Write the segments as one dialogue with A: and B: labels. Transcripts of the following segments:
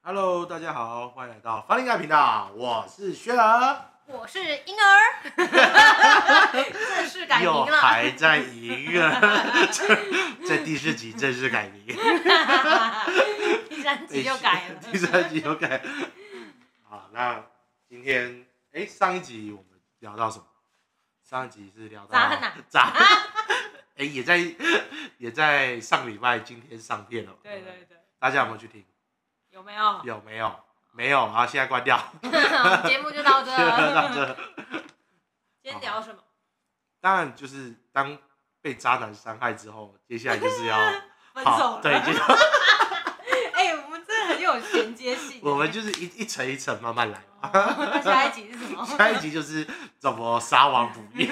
A: Hello，大家好，欢迎来到方林盖频道，我是轩儿，
B: 我是婴儿，正式改名
A: 又
B: 了。
A: 还在赢了， 这这第四集正式改名，
B: 第三集就改了
A: 。第三集又改。好，那今天哎，上一集我们聊到什么？上一集是聊到
B: 渣男，
A: 渣男， 哎，也在也在上礼拜，今天上片了，
B: 对对，对，
A: 大家有没有去听？
B: 有没 有？
A: 有没有？没有，好，现在关掉，
B: 我们节目 就到这
A: 到这。
B: 今天聊什么？
A: 当然就是当被渣男伤害之后，接下来就是要
B: 分手
A: 好
B: 了。
A: 对，就是
B: 哎，我们真的很有衔接性。
A: 我们就是一一层一层慢 慢来。
B: 哦。那下一集 是什么？
A: 下一集就是怎么撒网捕鱼，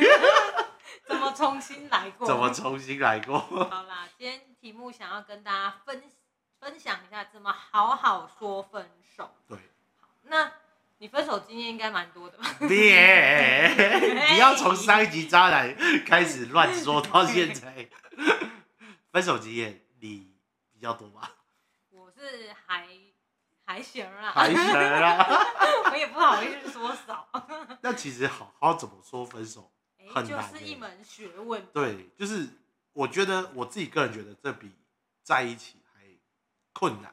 B: 怎么重新来 过？
A: 怎么重新来 过。
B: 好啦，今天题目想要跟大家分分享一下怎么好好说分手。
A: 对，
B: 那你分手经验应该蛮多的吧？
A: 别，你要从上一集渣男开始乱说到现 在，分手经验你比较多吧？
B: 我是还还行啦，
A: 还行啦。
B: 我也不好意思说 少，
A: 那其实好好怎么说分手，
B: 哎
A: 很
B: 就
A: 难
B: 是
A: 欸
B: 一门学问。
A: 对，就是我觉得我自己个人觉得这比在一起还困难。
B: 嗯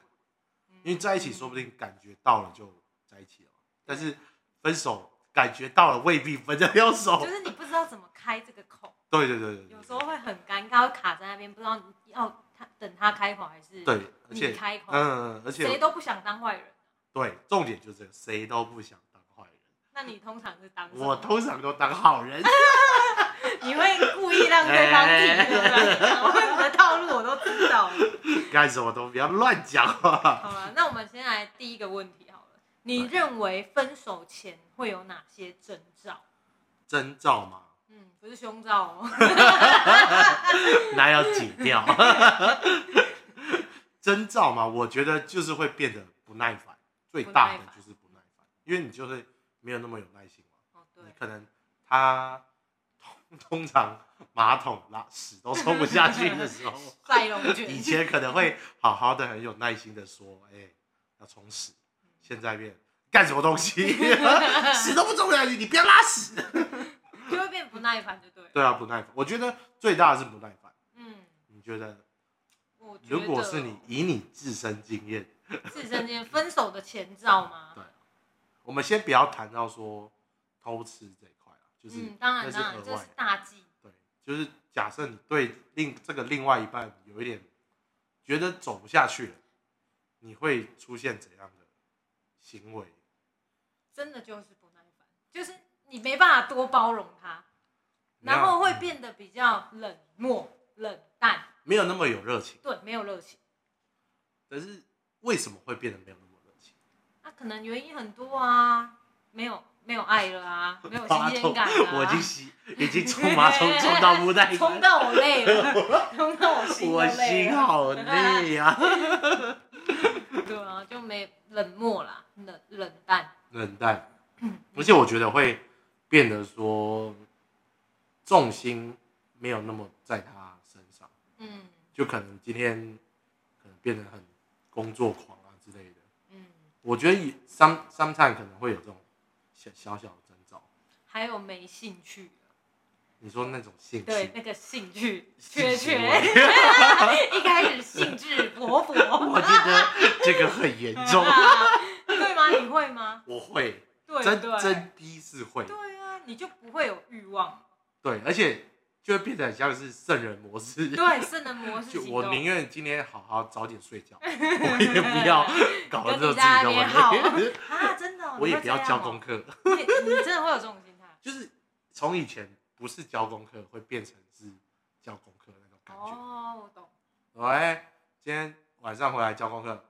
A: 因为在一起说不定感觉到了就在一起了，但是分手感觉到了未必分得了手
B: 就。是你不知道怎么开这个口，
A: 对对对对
B: 有时候会很尴尬，会卡在那边，不知道你要他等他开口还是
A: 对，对，而
B: 你
A: 且
B: 开口，
A: 嗯，而
B: 谁
A: 且
B: 都不想当坏人。
A: 对，重点就是这个，谁都不想当坏人，
B: 那你通常是当什么
A: 我通常都当好人。
B: 你会故意让对方听，
A: 哎
B: 对不 对？我你的套路我都知 道了。
A: 干什么都不要乱讲话。
B: 好了，那我们先来第一个问题好了。
A: 哎
B: 你认为分手前会有哪些征兆？
A: 征兆嘛，
B: 嗯，不是胸 罩哦。
A: 那要剪掉。 征兆嘛，我觉得就是会变得不耐烦，最大的就是不耐烦，因为你就会没有那么有耐心嘛。
B: 哦，对
A: 你，可能他通 通常马桶拉屎都冲不下去的 时候，
B: 赛龙卷。
A: 以前可能会好好的很有耐心的说，哎、要冲屎，现在变干什么东西， 屎都不冲下去，你不要拉屎。
B: 就会变不耐烦，就对了。
A: 对啊，不耐烦，我觉得最大的是不耐烦。
B: 嗯，
A: 你觉得，
B: 我觉得
A: 如果是你以你自身经验，
B: 自身间分手的前兆吗
A: 对？我们先不要谈到说偷吃这一块啊，就是、
B: 嗯，当
A: 那
B: 然
A: 是
B: 当然，
A: 额
B: 这
A: 外
B: 是
A: 的。
B: 大忌。
A: 对，就是假设你对另这个另外一半有一点觉得走不下去了，你会出现怎样的行为？
B: 真的就是不耐烦，就是你没办法多包容他，然后会变得比较冷漠、冷淡，
A: 没有那么有热情，
B: 对，没有热情。
A: 可是为什么会变得没有那么热情？
B: 那、可能原因很多啊，没有没有爱了啊，没有
A: 马
B: 新
A: 桶
B: 鲜感了、啊。
A: 我已经洗，已经冲马 桶冲到不耐
B: 冲
A: 烦，
B: 到我累了， 冲到我心都
A: 我
B: 累
A: 心
B: 了。
A: 好累 啊！
B: 对啊，就没冷漠啦，冷冷淡。
A: 冷淡，而且我觉得会变得说重心没有那么在他身上。
B: 嗯
A: 就可能今天可能变得很工作狂啊之类的。
B: 嗯，
A: 我觉得也 some sometime 可能会有这种小小小的征兆。
B: 还有没兴趣了
A: 你说那种兴趣，
B: 对，那个兴趣缺
A: 兴趣
B: 缺，
A: 我
B: 一开始兴致勃
A: 我
B: 勃。
A: 觉得这个很严 重。
B: 啊对吗？你会吗？
A: 我会，
B: 对
A: 真
B: 对
A: 真逼是会，
B: 对啊，你就不会有欲望。
A: 对，而且就会变得很像是圣人模式。
B: 对，圣人模 式
A: 就
B: 行
A: 我
B: 动
A: 宁愿今天好好早点睡 觉，我也不要搞得
B: 跟
A: 自
B: 你
A: 己
B: 在那
A: 都
B: 边
A: 很累
B: 啊，真的哦，
A: 我也不要交功
B: 工，
A: 课。
B: 你你真的会有这种心态
A: 就是从以前不是交功课，会变成是交功课那种感觉。
B: 哦，我懂。
A: 我哎、今天晚上回来交功课，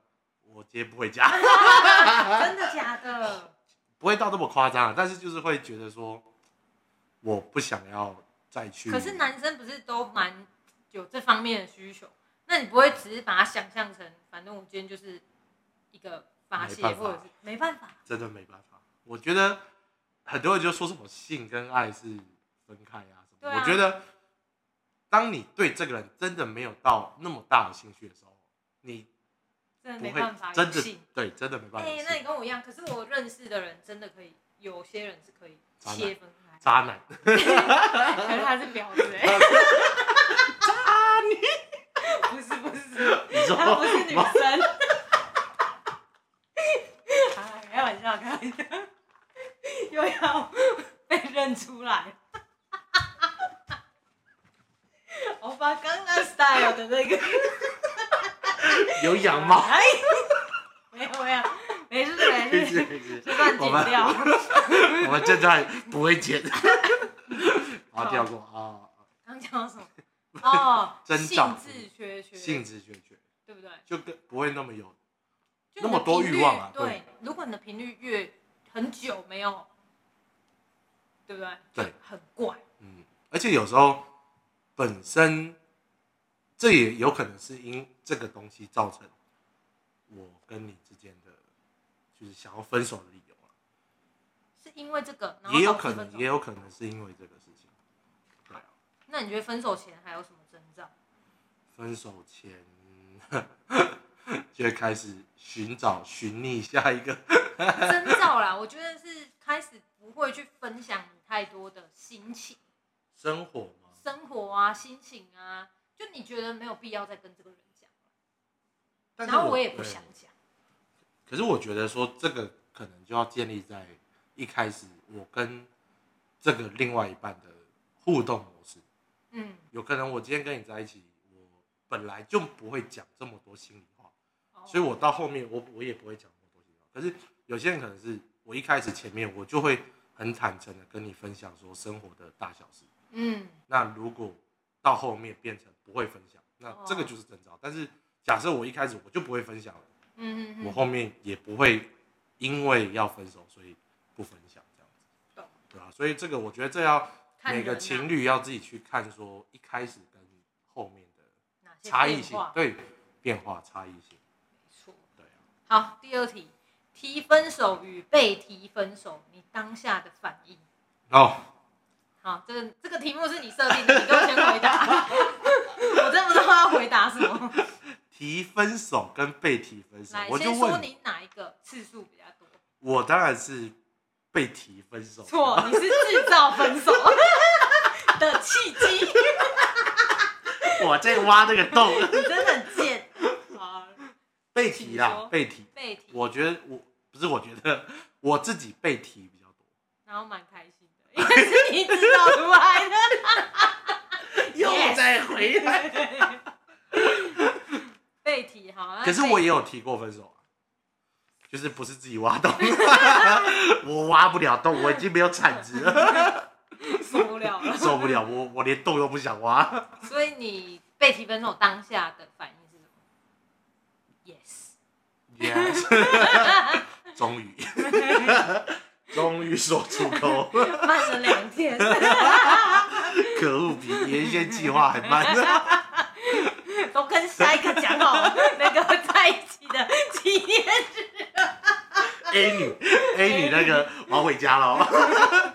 A: 我今天不回 家，啊
B: 真的假的？
A: 不会到这么夸张啊，但是就是会觉得说，我不想要再去。
B: 可是男生不是都蛮有这方面的需求？那你不会只是把它想象成，反正我今天就是一个发
A: 没
B: 泄，
A: 办法
B: 或者是没办法，
A: 真的没办法，我觉得很多人就说什么性跟爱是分开啊什么，
B: 对啊
A: 我觉得当你对这个人真的没有到那么大的兴趣的时候，你
B: 真的
A: 不
B: 没
A: 会
B: 办法
A: 真
B: 有
A: 的
B: 信。
A: 对，真的没办法
B: 哎、
A: 有
B: 那
A: 信。
B: 你跟我一样，可是我认识的人真的可以，有些人是可以
A: 渣男
B: 切分 开，
A: 渣 男，
B: 可是他是婊子、哎，
A: 渣女，
B: 不是不是，
A: 你
B: 他不
A: 说
B: 是女生。啊， 开玩笑，开玩笑， 又要被认出来。 欧巴刚刚 style 的那个。
A: 有养猫？
B: 哎，没有没有，没事
A: 没
B: 没
A: 事
B: 事，
A: 没事
B: 这段
A: 我
B: 剪
A: 们
B: 掉。
A: 我们这段不会剪，啊，跳过啊，
B: 刚讲到什么？ 哦，
A: 征兆
B: 兴致缺缺，
A: 性质决绝，
B: 对不对？
A: 就跟不会那么有
B: 就
A: 那
B: 你的
A: 么多
B: 频
A: 欲
B: 率
A: 望啊
B: 对，如果你的频率越很久没有，对不对？
A: 对，
B: 很怪。
A: 嗯，而且有时候本身这也有可能是因这个东西造成我跟你之间的就是想要分手的理由啊
B: 是因为这个，然后
A: 也有
B: 导致
A: 可
B: 分
A: 能
B: 手
A: 也有可能是因为这个事情。对啊，
B: 那你觉得分手前还有什么征兆？
A: 分手前 就会开始寻找寻觅下一个，
B: 征兆啦，我觉得是开始不会去分享你太多的心情、
A: 生活吗？
B: 生活啊、心情啊，就你觉得没有必要再跟这个人讲。
A: 但是
B: 然后我也不想
A: 对
B: 讲，
A: 可是我觉得说这个可能就要建立在一开始我跟这个另外一半的互动模式。
B: 嗯，
A: 有可能我今天跟你在一起，我本来就不会讲这么多心里话，
B: 哦
A: 所以我到后面我我也不会讲那么多心里话。可是有些人可能是我一开始前面我就会很坦诚的跟你分享说生活的大小事，
B: 嗯，
A: 那如果到后面变成不会分享，那
B: 哦
A: 这个就是征兆。但是假设我一开始我就不会分享了，
B: 嗯嗯
A: 我
B: 嗯，
A: 后面也不会因为要分手所以不分享这样子
B: 懂，
A: 对吧、所以这个我觉得这要
B: 看
A: 每
B: 人
A: 个
B: 啊
A: 情侣要自己去看说一开始跟后面的。
B: 哪些
A: 差异
B: 变
A: 性
B: 化，
A: 对变化差异性，
B: 没错
A: 对啊，
B: 好，第二题，提分手与被提分手，你当下的反应。
A: 哦，
B: 好，这个这个题目是你设定的，你给我先回答。我真不知道要回答什么。
A: 提分手跟被提分手
B: 来，，
A: 我就
B: 先说
A: 问你，
B: 你哪一个次数比较多？
A: 我当然是被提分手，
B: 错，你是制造分手 的契机，
A: 我在挖这个 洞，
B: 你真的很贱。好，
A: 被提
B: 请
A: 啦
B: 说，
A: 被提，
B: 被提，
A: 我觉得我不是，我觉得我自己被提比较多，
B: 然后蛮开心的，因为是你制造出来的。
A: 又再回来，
B: 被提好，那
A: 啊可是
B: 被
A: 我也有提过分手啊。就是不是自己挖洞， 我挖不了洞，我已经没有产值 了，
B: 受不了了。
A: 受不了，我我连洞都不想挖。
B: 所以你被提分手当下的反应是什么？Yes，
A: Yes，终 于，终于说出口，
B: 慢了两天，
A: 可恶，比原先计划还 慢。
B: 都跟下一个讲好那个在一起的纪念。
A: A 女，A 女那个我要回家了，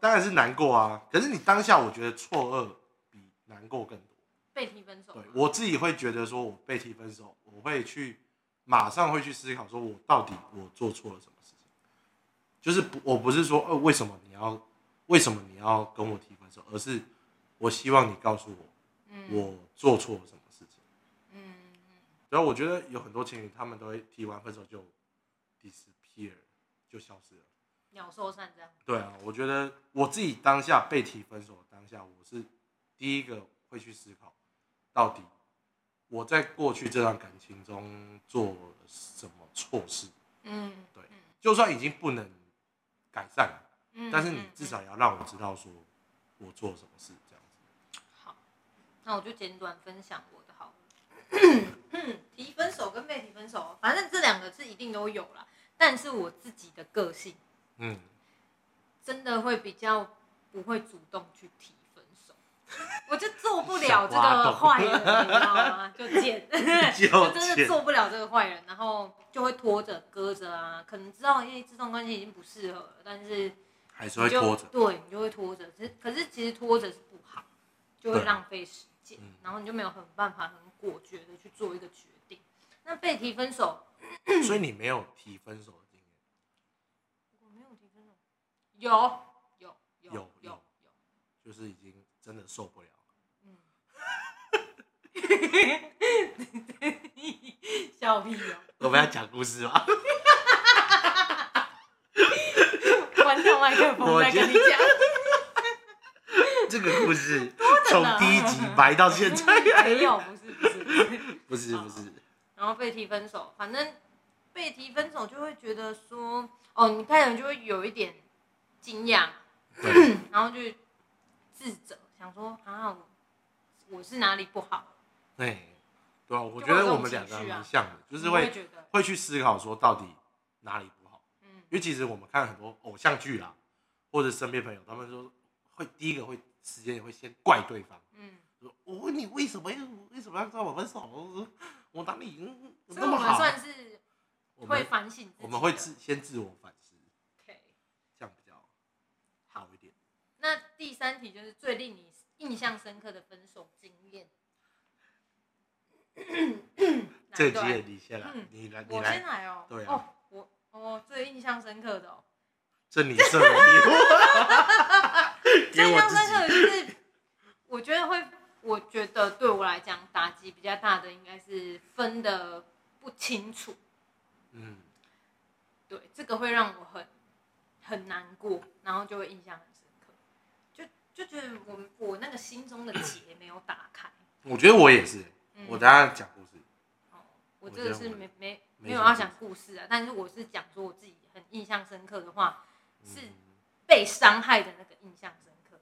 A: 当然是难过啊。可是你当下，我觉得错愕比难过更多。
B: 被提分手，
A: 对我自己会觉得，说我被提分手，我会去马上会去思考，说我到底我做错了什么事情。就是不，我不是说呃为什么你要为什么你要跟我提分手，而是我希望你告诉我
B: 嗯
A: 我做错了什么事情。
B: 嗯，
A: 然后我觉得有很多情侣，他们都会提完分手就 disappear 就消失了。
B: 鸟兽散这样，
A: 对啊，我觉得我自己当下被提分手的当下，我是第一个会去思考，到底我在过去这段感情中做了什么错事。
B: 嗯，
A: 对
B: 嗯
A: 就算已经不能改善了，
B: 嗯
A: 但是你至少要让我知道说我做了什么事，这样子。
B: 好，那我就简短分享我的好了。提分手跟被提分手，反正这两个是一定都有啦。但是我自己的个性
A: 嗯，
B: 真的会比较不会主动去提分手， 我就做不了这个坏人，你知道吗？就 贱，
A: 就
B: 就真的做不了这个坏人，然后就会拖着、搁着啊。可能知道，因为这段关系已经不适合了，但是
A: 还是
B: 你
A: 会
B: 就
A: 拖着。
B: 对你就会拖着。只可是其实拖着是不好，就会
A: 对
B: 浪费时间
A: 嗯，
B: 然后你就没有很办法很果决的去做一个决定。那被提分手，
A: 所以你没有提分手的经验，
B: 我没有提分手，有有有
A: 有
B: 有有，
A: 就是已经真的受不了了。
B: 嗯，笑屁哦、
A: 我们要讲故事 吗？
B: 关掉麦克风
A: 我
B: 再
A: 觉得
B: 跟你讲。
A: 这个故事从第一集白到现在，
B: 没有，不是不是不是。
A: 不是不 是，
B: 然后被提分手，反正被提分手就会觉得说，哦，你开始就会有一点惊讶，
A: 对，
B: 然后就自责，想说啊，我我是哪里不好？
A: 哎，对啊，我
B: 就
A: 觉
B: 会
A: 得
B: 有这种
A: 我们两个还
B: 情绪啊
A: 蛮像的，就是
B: 你
A: 会
B: 觉得，
A: 会去思考说到底哪里不好，
B: 嗯
A: 因为其实我们看很多偶像剧啦，或者身边朋友，他们说会第一个会时间也会先怪对方，
B: 嗯，
A: 说我问你为什么要为什么要跟我分手，我我哪里嗯
B: 所
A: 那
B: 以我
A: 么
B: 们
A: 好？
B: 算是
A: 我
B: 会
A: 们
B: 反省自己的，
A: 我们会自先自我反思，
B: OK。
A: 这样比较好一点。
B: 那第三题就是最令你印象深刻的分手经 验。哪
A: 这
B: 一
A: 集
B: 段
A: 你先来
B: 嗯，
A: 你来你
B: 我先
A: 来，
B: 来哦。
A: 对啊
B: 哦，我哦最印象深刻的哦，
A: 这你射了你， 给我自
B: 最印象深刻的就是，我觉得会，我觉得对我来讲打击比较大的应该是分的不清楚，
A: 己，嗯，
B: 对，这个会让我很很难过，然后就会印象很深刻，就就觉得我我那个心中的结没有打开。
A: 我觉得我也是，
B: 嗯
A: 我等下讲故事，
B: 哦，我这个是
A: 我觉得我
B: 没没
A: 没
B: 没有
A: 什么
B: 要
A: 故
B: 讲故事啊，但是我是讲说我自己很印象深刻的话，是
A: 嗯
B: 被伤害的那个印象深刻，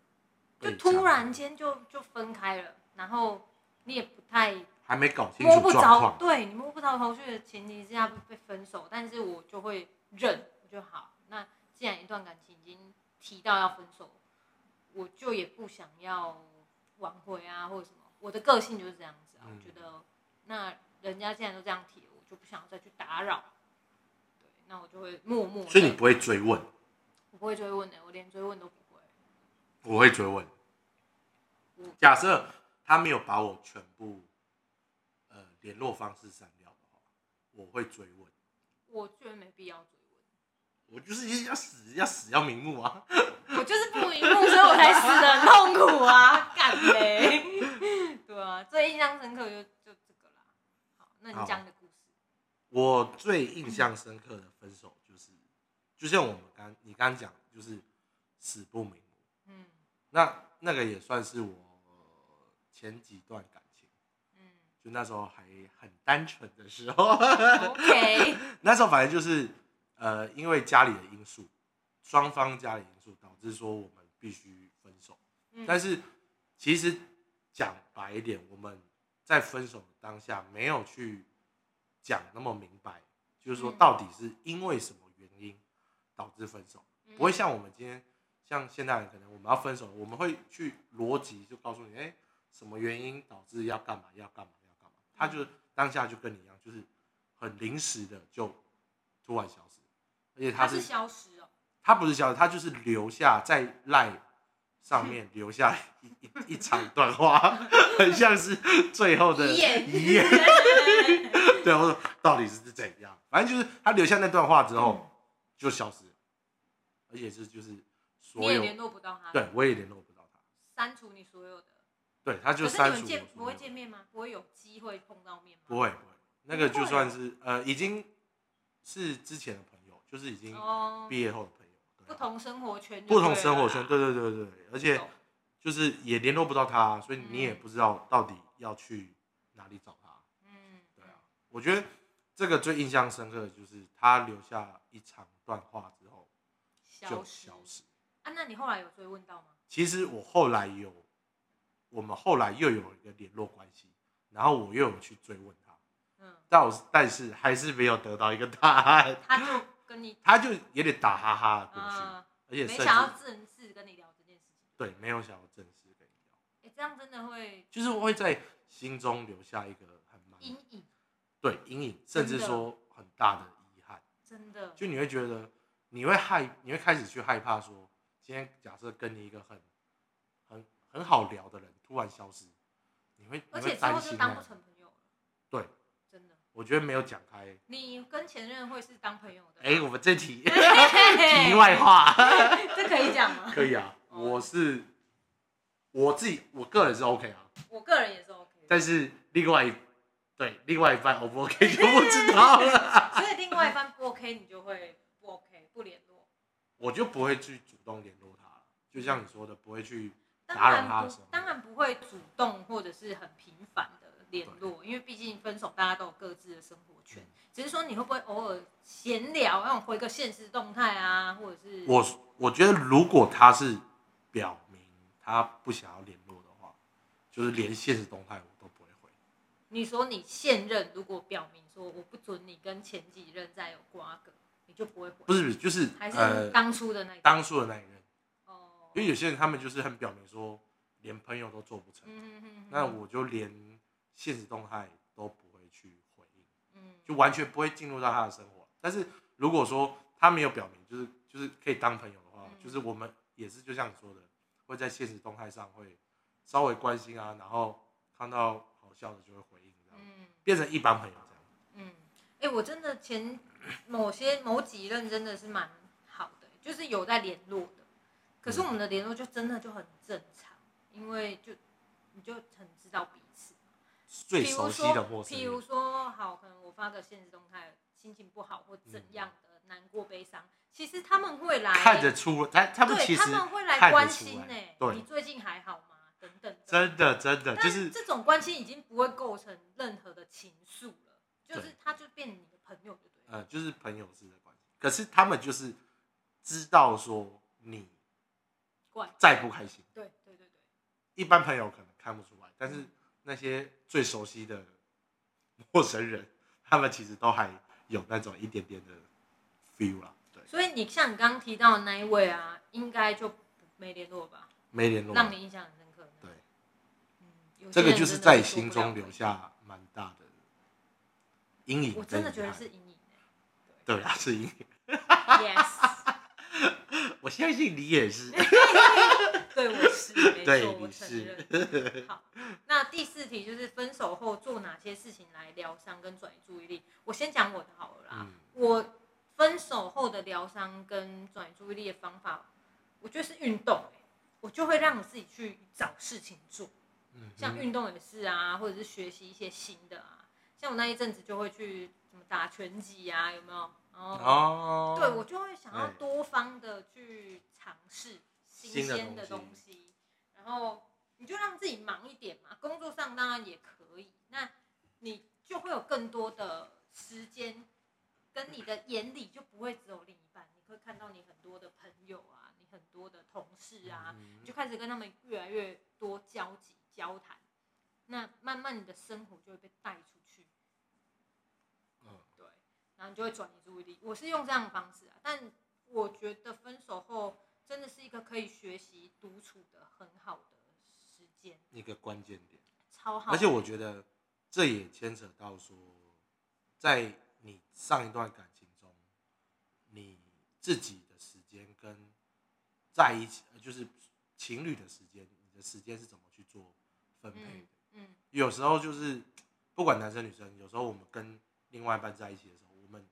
B: 就
A: 被
B: 突
A: 伤
B: 然间就就分开了，然后你也不太
A: 还没搞清
B: 摸
A: 楚
B: 不
A: 状
B: 着，
A: 况，
B: 对你摸不着头绪的前提之下被被分手，但是我就会认，我就好，那既然一段感情已经提到要分手，我就也不想要挽回啊或者什么，我的个性就是这样子啊，
A: 嗯
B: 我觉得那人家既然都这样提了，我就不想要再去打扰，对，那我就会默默地，
A: 所以你不会追问，
B: 我不会追问的、我连追问都不会，
A: 我会追问
B: 嗯。
A: 假设他没有把我全部呃联络方式删掉的话，我会追问。
B: 我觉得没必要追问，
A: 我就是要死要死要瞑目啊！
B: 我就是不瞑目，所以我才死的很痛苦啊，干嘞。对啊，最印象深刻就就这个啦。好，那你
A: 好
B: 讲你的故事。
A: 我最印象深刻的分手就是，就像我们刚你刚讲，就是死不瞑目。
B: 嗯
A: 那那个也算是我前几段感情，
B: 嗯
A: 就那时候还很单纯的时候，
B: ，OK，
A: 那时候反正就是呃，因为家里的因素，双方家里的因素导致说我们必须分手。
B: 嗯
A: 但是其实讲白一点，我们在分手的当下没有去讲那么明白，就是说
B: 嗯
A: 到底是因为什么原因导致分手，
B: 嗯
A: 不会像我们今天像现代人，可能我们要分手，我们会去逻辑就告诉你，哎、什么原因导致要干嘛要干嘛要干嘛，他
B: 嗯
A: 就当下就跟你一样，就是很临时的就突然消失，而且
B: 它
A: 他
B: 是
A: 是
B: 消失哦。
A: 他不是消失，他就是留下在赖上面留下一一一长段话， 很像是最后的
B: 遗言
A: 遗 言。对，我说到底是怎样？反正就是他留下那段话之后
B: 嗯
A: 就消失了，而且是就是
B: 你
A: 所
B: 也
A: 有
B: 联络不到他，
A: 对我也联络不到他，
B: 删除你所有的。
A: 对他就
B: 可是
A: 删
B: 你们
A: 除
B: 见
A: 我
B: 不
A: 所
B: 会
A: 有
B: 见面吗？不会有机会碰到面吗？
A: 不会不会，那个
B: 不会
A: 就
B: 哦
A: 算是呃已经是之前的朋友，就是已经
B: 哦，
A: 毕业后的朋友，对啊
B: 不同生活圈就对
A: 不
B: 了啦，
A: 同生活圈，对对对对，对而且
B: 啊懂。
A: 就是也联络不到他，所以你也
B: 嗯
A: 不知道到底要去哪里找他。
B: 嗯，
A: 对啊，我觉得这个最印象深刻的就是他留下一长段话之后
B: 消
A: 就
B: 失
A: 消失。
B: 啊？那你后来有追问到吗？
A: 其实我后来有，我们后来又有一个联络关系，然后我又有去追问他，
B: 嗯，
A: 但我但是还是没有得到一个答案，
B: 他就跟你
A: 他就有点打哈哈过去，
B: 啊，
A: 而且
B: 没
A: 甚
B: 想要
A: 至
B: 正式跟你聊这件事情。
A: 对没有想要正式跟你聊，
B: 哎，这样真的会
A: 就是我会在心中留下一个很蛮
B: 阴影，
A: 对阴影，甚至
B: 真的
A: 说很大的遗憾，
B: 真的。
A: 就你会觉得你会害，你会开始去害怕说，今天假设跟你一个很很很好聊的人突然消失，你会
B: 而
A: 你
B: 且
A: 会
B: 之后
A: 担
B: 就
A: 心
B: 当不
A: 啊，
B: 成朋友了。
A: 对，
B: 真的。
A: 我觉得没有讲开。
B: 你跟前任会是当朋友的？
A: 哎，我们这题题
B: 题
A: 外话
B: 这可以讲吗？
A: 可以啊，
B: 哦
A: 我是我自己，我个人是 OK 啊，
B: 我个人也是 OK 的。
A: 但是另外一对另外一半 O 不 OK 就不知道了，
B: 所以另外一半不 OK，你就会不 OK，不联络。
A: 我就不会去主动联络他了，就像你说的，不会去
B: 当
A: 打扰
B: 然
A: 他的
B: 不
A: 生活
B: 当然不会主动或者是很频繁的联络，因为毕竟分手大家都有各自的生活圈。
A: 嗯
B: 只是说你会不会偶尔闲聊，那种回个现实动态啊，或者是
A: 我我觉得如果他是表明他不想要联络的话，就是连现实动态我都不会回。
B: 你说你现任如果表明说我不准你跟前几任再有瓜葛，你就不会回，
A: 不是不是，就是
B: 还是
A: 呃
B: 当初的那个
A: 当初的那一任，
B: 哦，
A: 因为
B: 嗯
A: 有些人他们就是很表明说连朋友都做不成，
B: 嗯嗯，
A: 那我就连现实动态都不会去回应，
B: 嗯
A: 就完全不会进入到他的生活。但是如果说他没有表明，就是就是可以当朋友的话，
B: 嗯
A: 就是我们也是就像你说的，会在现实动态上会稍微关心啊，然后看到好笑的就会回应这样。
B: 嗯
A: 变成一般朋友这样。
B: 嗯，哎、我真的前某些某几任真的是蛮好的，就是有在联络的，可
A: 嗯
B: 是我们的联络就真的就很正常，因为就你就很知道彼此。
A: 最
B: 比如
A: 熟悉
B: 说
A: 的陌生
B: 譬如
A: 人，
B: 说，好，可能我发个现实动态，心情不好或怎样的，难过、悲伤，其实他们会来
A: 嗯看得出他他们其
B: 对，
A: 实
B: 他们会来
A: 看得
B: 关
A: 出
B: 心
A: 来
B: 呢、
A: 对
B: 你最近还好吗？等等的
A: 真的真的
B: 但
A: 就是
B: 这种关心已经不会构成任何的情愫了，就
A: 对
B: 是他就变你的朋友，就对了。
A: 呃就是朋友式的关系。可是他们就是知道说你
B: 怪，
A: 再不开心，
B: 对对对对，
A: 一般朋友可能看不出来，但是那些最熟悉的陌生人，他们其实都还有那种一点点的 feel 啦。对，
B: 所以你像你刚刚提到的那一位啊，应该就没联络吧，
A: 没联络，
B: 让你印象很深刻。
A: 对，
B: 嗯，
A: 这个就是在心中留。下蛮大的阴影
B: 我
A: 跟遗
B: 真
A: 憾。
B: 的觉得是阴影、
A: 啊对啦，是阴影。
B: 欸、，yes，
A: 我相信你也 是。
B: 对我是没
A: 对
B: 错，我
A: 你
B: 承
A: 是
B: 认。好，那第四题就是分手后做哪些事情来疗伤跟转移注意力？我先讲我的好了啦。
A: 嗯
B: 我分手后的疗伤跟转移注意力的方法，我觉得是运动、欸我就会让我自己去找事情做，
A: 嗯哼
B: 像运动也是啊，或者是学习一些新的啊。像我那一阵子就会去什么打拳击啊，有没有？然后、
A: 哦，
B: 对我就会想要
A: 对
B: 多方的去尝试新
A: 新的
B: 鲜的
A: 东
B: 东西，然后你就让自己忙一点嘛，工作上当然也可以，那你就会有更多的时间，跟你的眼里就不会只有另一半，你会看到你很多的朋友啊，你很多的同事啊，你
A: 嗯
B: 就开始跟他们越来越多交集交谈，那慢慢你的生活就会被带出去，
A: 嗯
B: 对，然后你就会转移注意力。我是用这样的方式啊，但我觉得分手后真的是一个可以学习独处的很好的时间，
A: 一个关键点，
B: 超好。
A: 而且我觉得这也牵扯到说，在你上一段感情中，你自己的时间跟在一起，呃就是情侣的时间，你的时间是怎么去做分配的？
B: 嗯嗯
A: 有时候就是不管男生女生，有时候我们跟另外一半在一起的时候，我们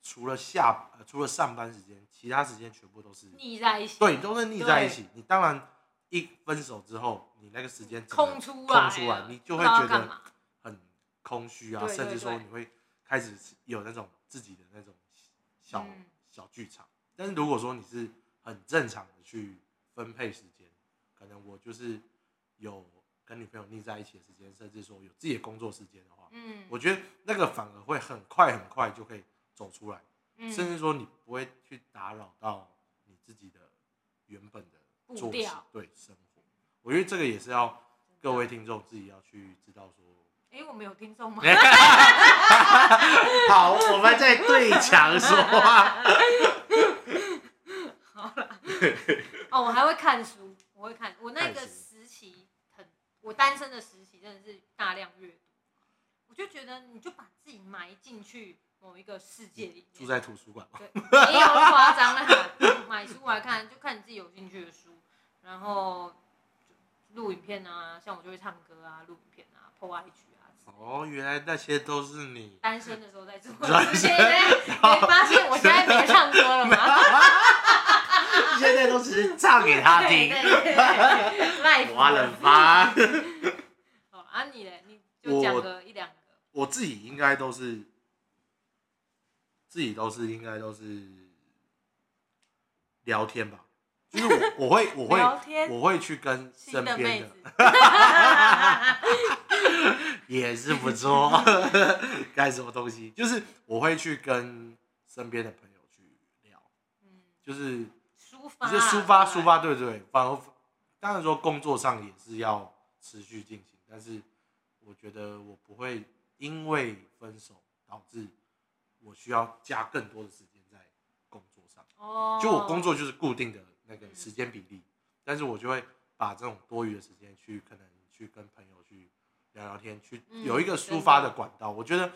A: 除了下呃除了上班时间，其他时间全部都是
B: 嗯腻在一起，
A: 对，你都是腻在一起。你当然一分手之后，你那个时间整个
B: 空出来了，
A: 空出来你就
B: 不
A: 会
B: 知道
A: 觉
B: 干
A: 得
B: 嘛
A: 很空虚啊，
B: 对对
A: 甚至说
B: 对
A: 你会开始有那种自己的那种小、
B: 嗯
A: 小剧场。但是如果说你是很正常的去分配时间，可能我就是有跟女朋友腻在一起的时间，甚至说有自己的工作时间的话，
B: 嗯，
A: 我觉得那个反而会很快很快就可以走出来。
B: 嗯
A: 甚至说你不会去打扰到你自己的原本的作
B: 步
A: 息
B: 调，
A: 对生活。我觉得这个也是要各位听众自己要去知道说。
B: 哎，我们有 听众吗？
A: 好，我们在对墙说 话。
B: 哦，我还会看书，我会看。我那
A: 看
B: 个
A: 书
B: 时期很，我单身的时期真的是大量阅读，我就觉得你就把自己埋进去某一个世界里
A: 住
B: 面，
A: 在图书馆吗？
B: 对，没有夸张啦，买书来看，就看你自己有兴趣的书，然后就录影片啊，像我就会唱歌啊，录影片啊，po IG 啊之
A: 哦，原来那些都是 你。
B: 单身的时候在做的事情。你发现我现在没唱歌了吗？
A: 现在都只是唱给他
B: 对
A: 听。
B: 对对对，赖服
A: 我了吧！
B: 好啊，你嘞，你就讲个一两个。
A: 我自己应该都是，自己都是应该都是聊天吧，就是 我我会我
B: 聊
A: 会
B: 天，
A: 我会去跟身
B: 新的妹
A: 边
B: 子
A: 的，也是不 错， 干什么东西，就是我会去跟身边的朋友去聊，
B: 嗯，
A: 就是
B: 抒发，
A: 就抒发抒，发，对对，反而当然说工作上也是要持续进行，但是我觉得我不会因为分手导致我需要加更多的时间在工作上，
B: 哦，嗯
A: 就我工作就是固定的那个时间比例，但是我就会把这种多余的时间去可能去跟朋友去聊聊天，去
B: 嗯
A: 有一个抒发的管道。我觉得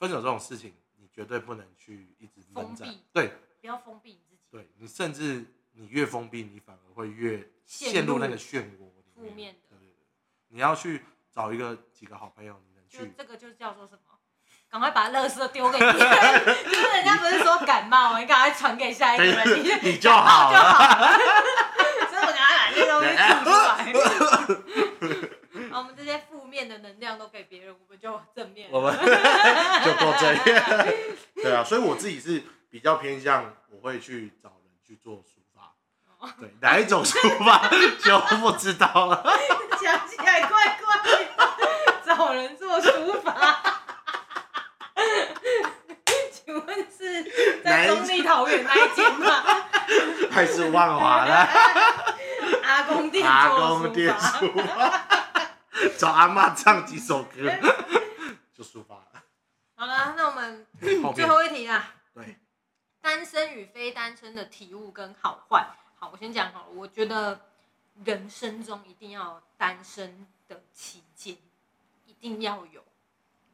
A: 分手这种事情，你绝对不能去一直闷
B: 封
A: 在
B: 闭，
A: 对，
B: 哦不要封闭你自己，
A: 对你，甚至你越封闭，你反而会越
B: 陷
A: 陷入那
B: 入
A: 个漩涡里
B: 负面的
A: 对对对，你要去找一个几个好朋友，你能
B: 就
A: 去
B: 这个就叫做什么？赶快把垃圾丢给别人，就是人家不是说感冒，你赶快传给下一个人， 你
A: 你就好
B: 就
A: 了。
B: 好了。所以我赶快把这东西吐 出来。把我们这些负面的能量都给别人，我们就正面 了。
A: 我们 就够这样。对啊，所以我自己是比较偏向，我会去找人去做抒发。
B: 哦
A: 对，哪一种抒 发就不知道了。
B: 讲起来怪怪的，找人做书法。请问是在中立桃园那一间吗？
A: 还是万华 的
B: 阿公店
A: 阿
B: 做
A: 公
B: 书
A: 店
B: 法。
A: 抒发， 找阿妈唱几首 歌就抒发了。
B: 好了，那我们
A: 后
B: 最
A: 面
B: 后一题啦。
A: 对，
B: 单身与非单身的体悟跟好坏。好，我先讲好了。我觉得人生中一定要有单身的期间，一定要有，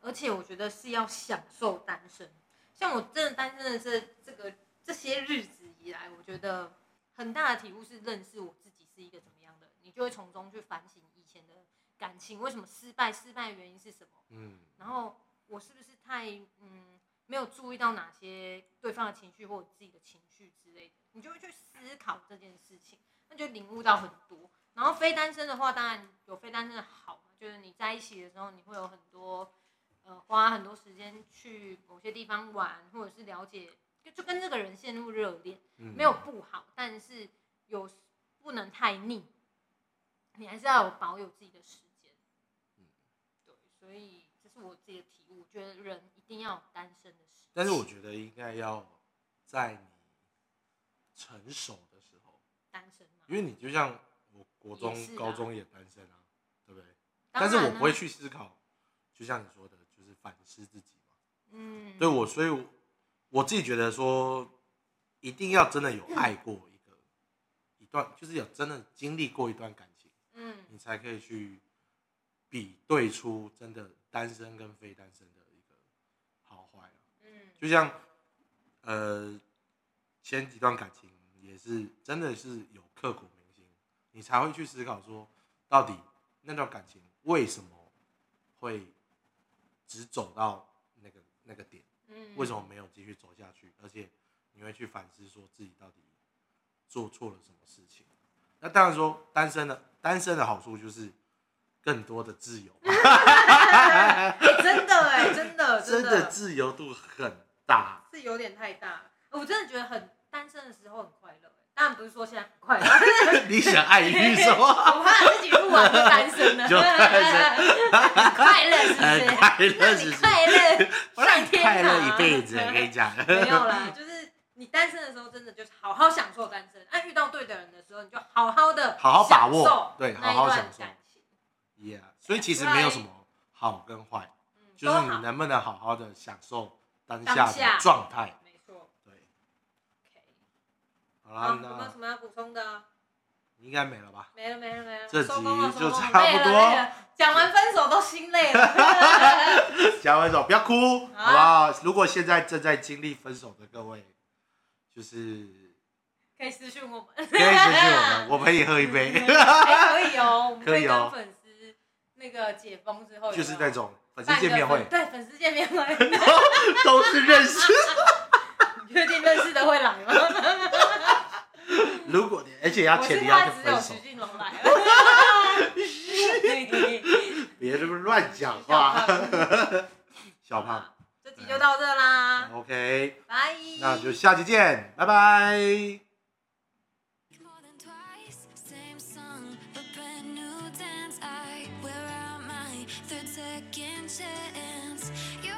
B: 而且我觉得是要享受单身。像我真的单身的这这个这些日子以来，我觉得很大的体悟是认识我自己是一个怎么样的人，你就会从中去反省以前的感情为什么失败，失败的原因是什么。
A: 嗯。
B: 然后我是不是太嗯没有注意到哪些对方的情绪或我自己的情绪之类的，你就会去思考这件事情，那就领悟到很多。然后非单身的话，当然有非单身的好嘛，就是你在一起的时候，你会有很多呃花很多时间去某些地方玩，或者是了解，就就跟这个人陷入热恋。
A: 嗯
B: 没有不好，但是有时不能太腻，你还是要有保有自己的时间。
A: 嗯
B: 对，所以这是我自己的体悟，我觉得人一定要有单身的时间。
A: 但是我觉得应该要在你成熟的时候，
B: 单身嘛，
A: 因为你就像我国中
B: 也是、啊
A: 高中也单身啊，对不对？
B: 当
A: 但是
B: 然
A: 我
B: 啊
A: 不会，去思考，就像你说的，就是反思自己嘛。
B: 嗯，
A: 对我，所以我我自己觉得说，一定要真的有爱过一个一段，就是有真的经历过一段感情，
B: 嗯，
A: 你才可以去比对出真的单身跟非单身的一个好坏啊。
B: 嗯
A: 就像呃前几段感情也是真的是有刻骨铭心，你才会去思考说，到底那段感情为什么会只走到那个那个点，
B: 嗯，
A: 为什么没有继续走下去？而且你会去反思说自己到底做错了什么事情。那当然说单身的单身的好处就是更多的自由，
B: 哎真的哎、 真的
A: 真的自由度很大。
B: 是有点太大了，我真的觉得很单身的时候很快乐、哎当然不是说现在很快乐，
A: 你想爱与什么？
B: 我怕自己录完就单身了，
A: 就单
B: 很快乐是不
A: 很
B: 是？
A: 快乐
B: 让
A: 是
B: 你
A: 不是？
B: 快乐，
A: 我让你
B: 上
A: 快
B: 天堂
A: 乐一辈子，我跟你讲。
B: 没有啦，就是你单身的时候，真的就是好好享受单身。哎，遇到对的人的时候，你就好好的
A: 好好把握对好好
B: 享
A: 享
B: 受
A: 受
B: 那一段感情，
A: Yeah，所以其实没有什么好跟坏，
B: 嗯，
A: 就是
B: 都
A: 你
B: 好，
A: 能不能好好的享受当
B: 当
A: 下
B: 下
A: 的状态。
B: 没错。
A: 对，
B: OK，
A: 好啦，
B: 好，有没有
A: 那
B: 什么要补充的？
A: 应该没了吧？
B: 没了没了没了，
A: 这集
B: 收工了收工
A: 就
B: 了
A: 差不
B: 累了
A: 多
B: 累了讲完分手都心累了。
A: 加分手不要哭，
B: 好啊
A: 好不好？如果现在正在经历分手的各位， 就是
B: 可以私讯我们，
A: 可以联系我们， 我陪你喝一杯，
B: 哎可以哦，我们
A: 可以哦
B: 跟粉丝那个解封之后有没
A: 就
B: 有，
A: 是那种粉丝
B: 办个
A: 见面会
B: 粉对粉丝见面会，
A: 都是认识。
B: 你确定认识的会来吗？
A: 如果你而且要
B: 我
A: 前
B: 是
A: 提要
B: 怕
A: 是
B: 只有
A: 分手
B: 徐，俊龙来。
A: 别这么乱讲话。小胖
B: 好， 这集就到这啦，
A: ，OK，
B: 拜。
A: 那就下期见，拜拜。
C: More than twice, same song, but brand new dance. I wear out my third second chance. You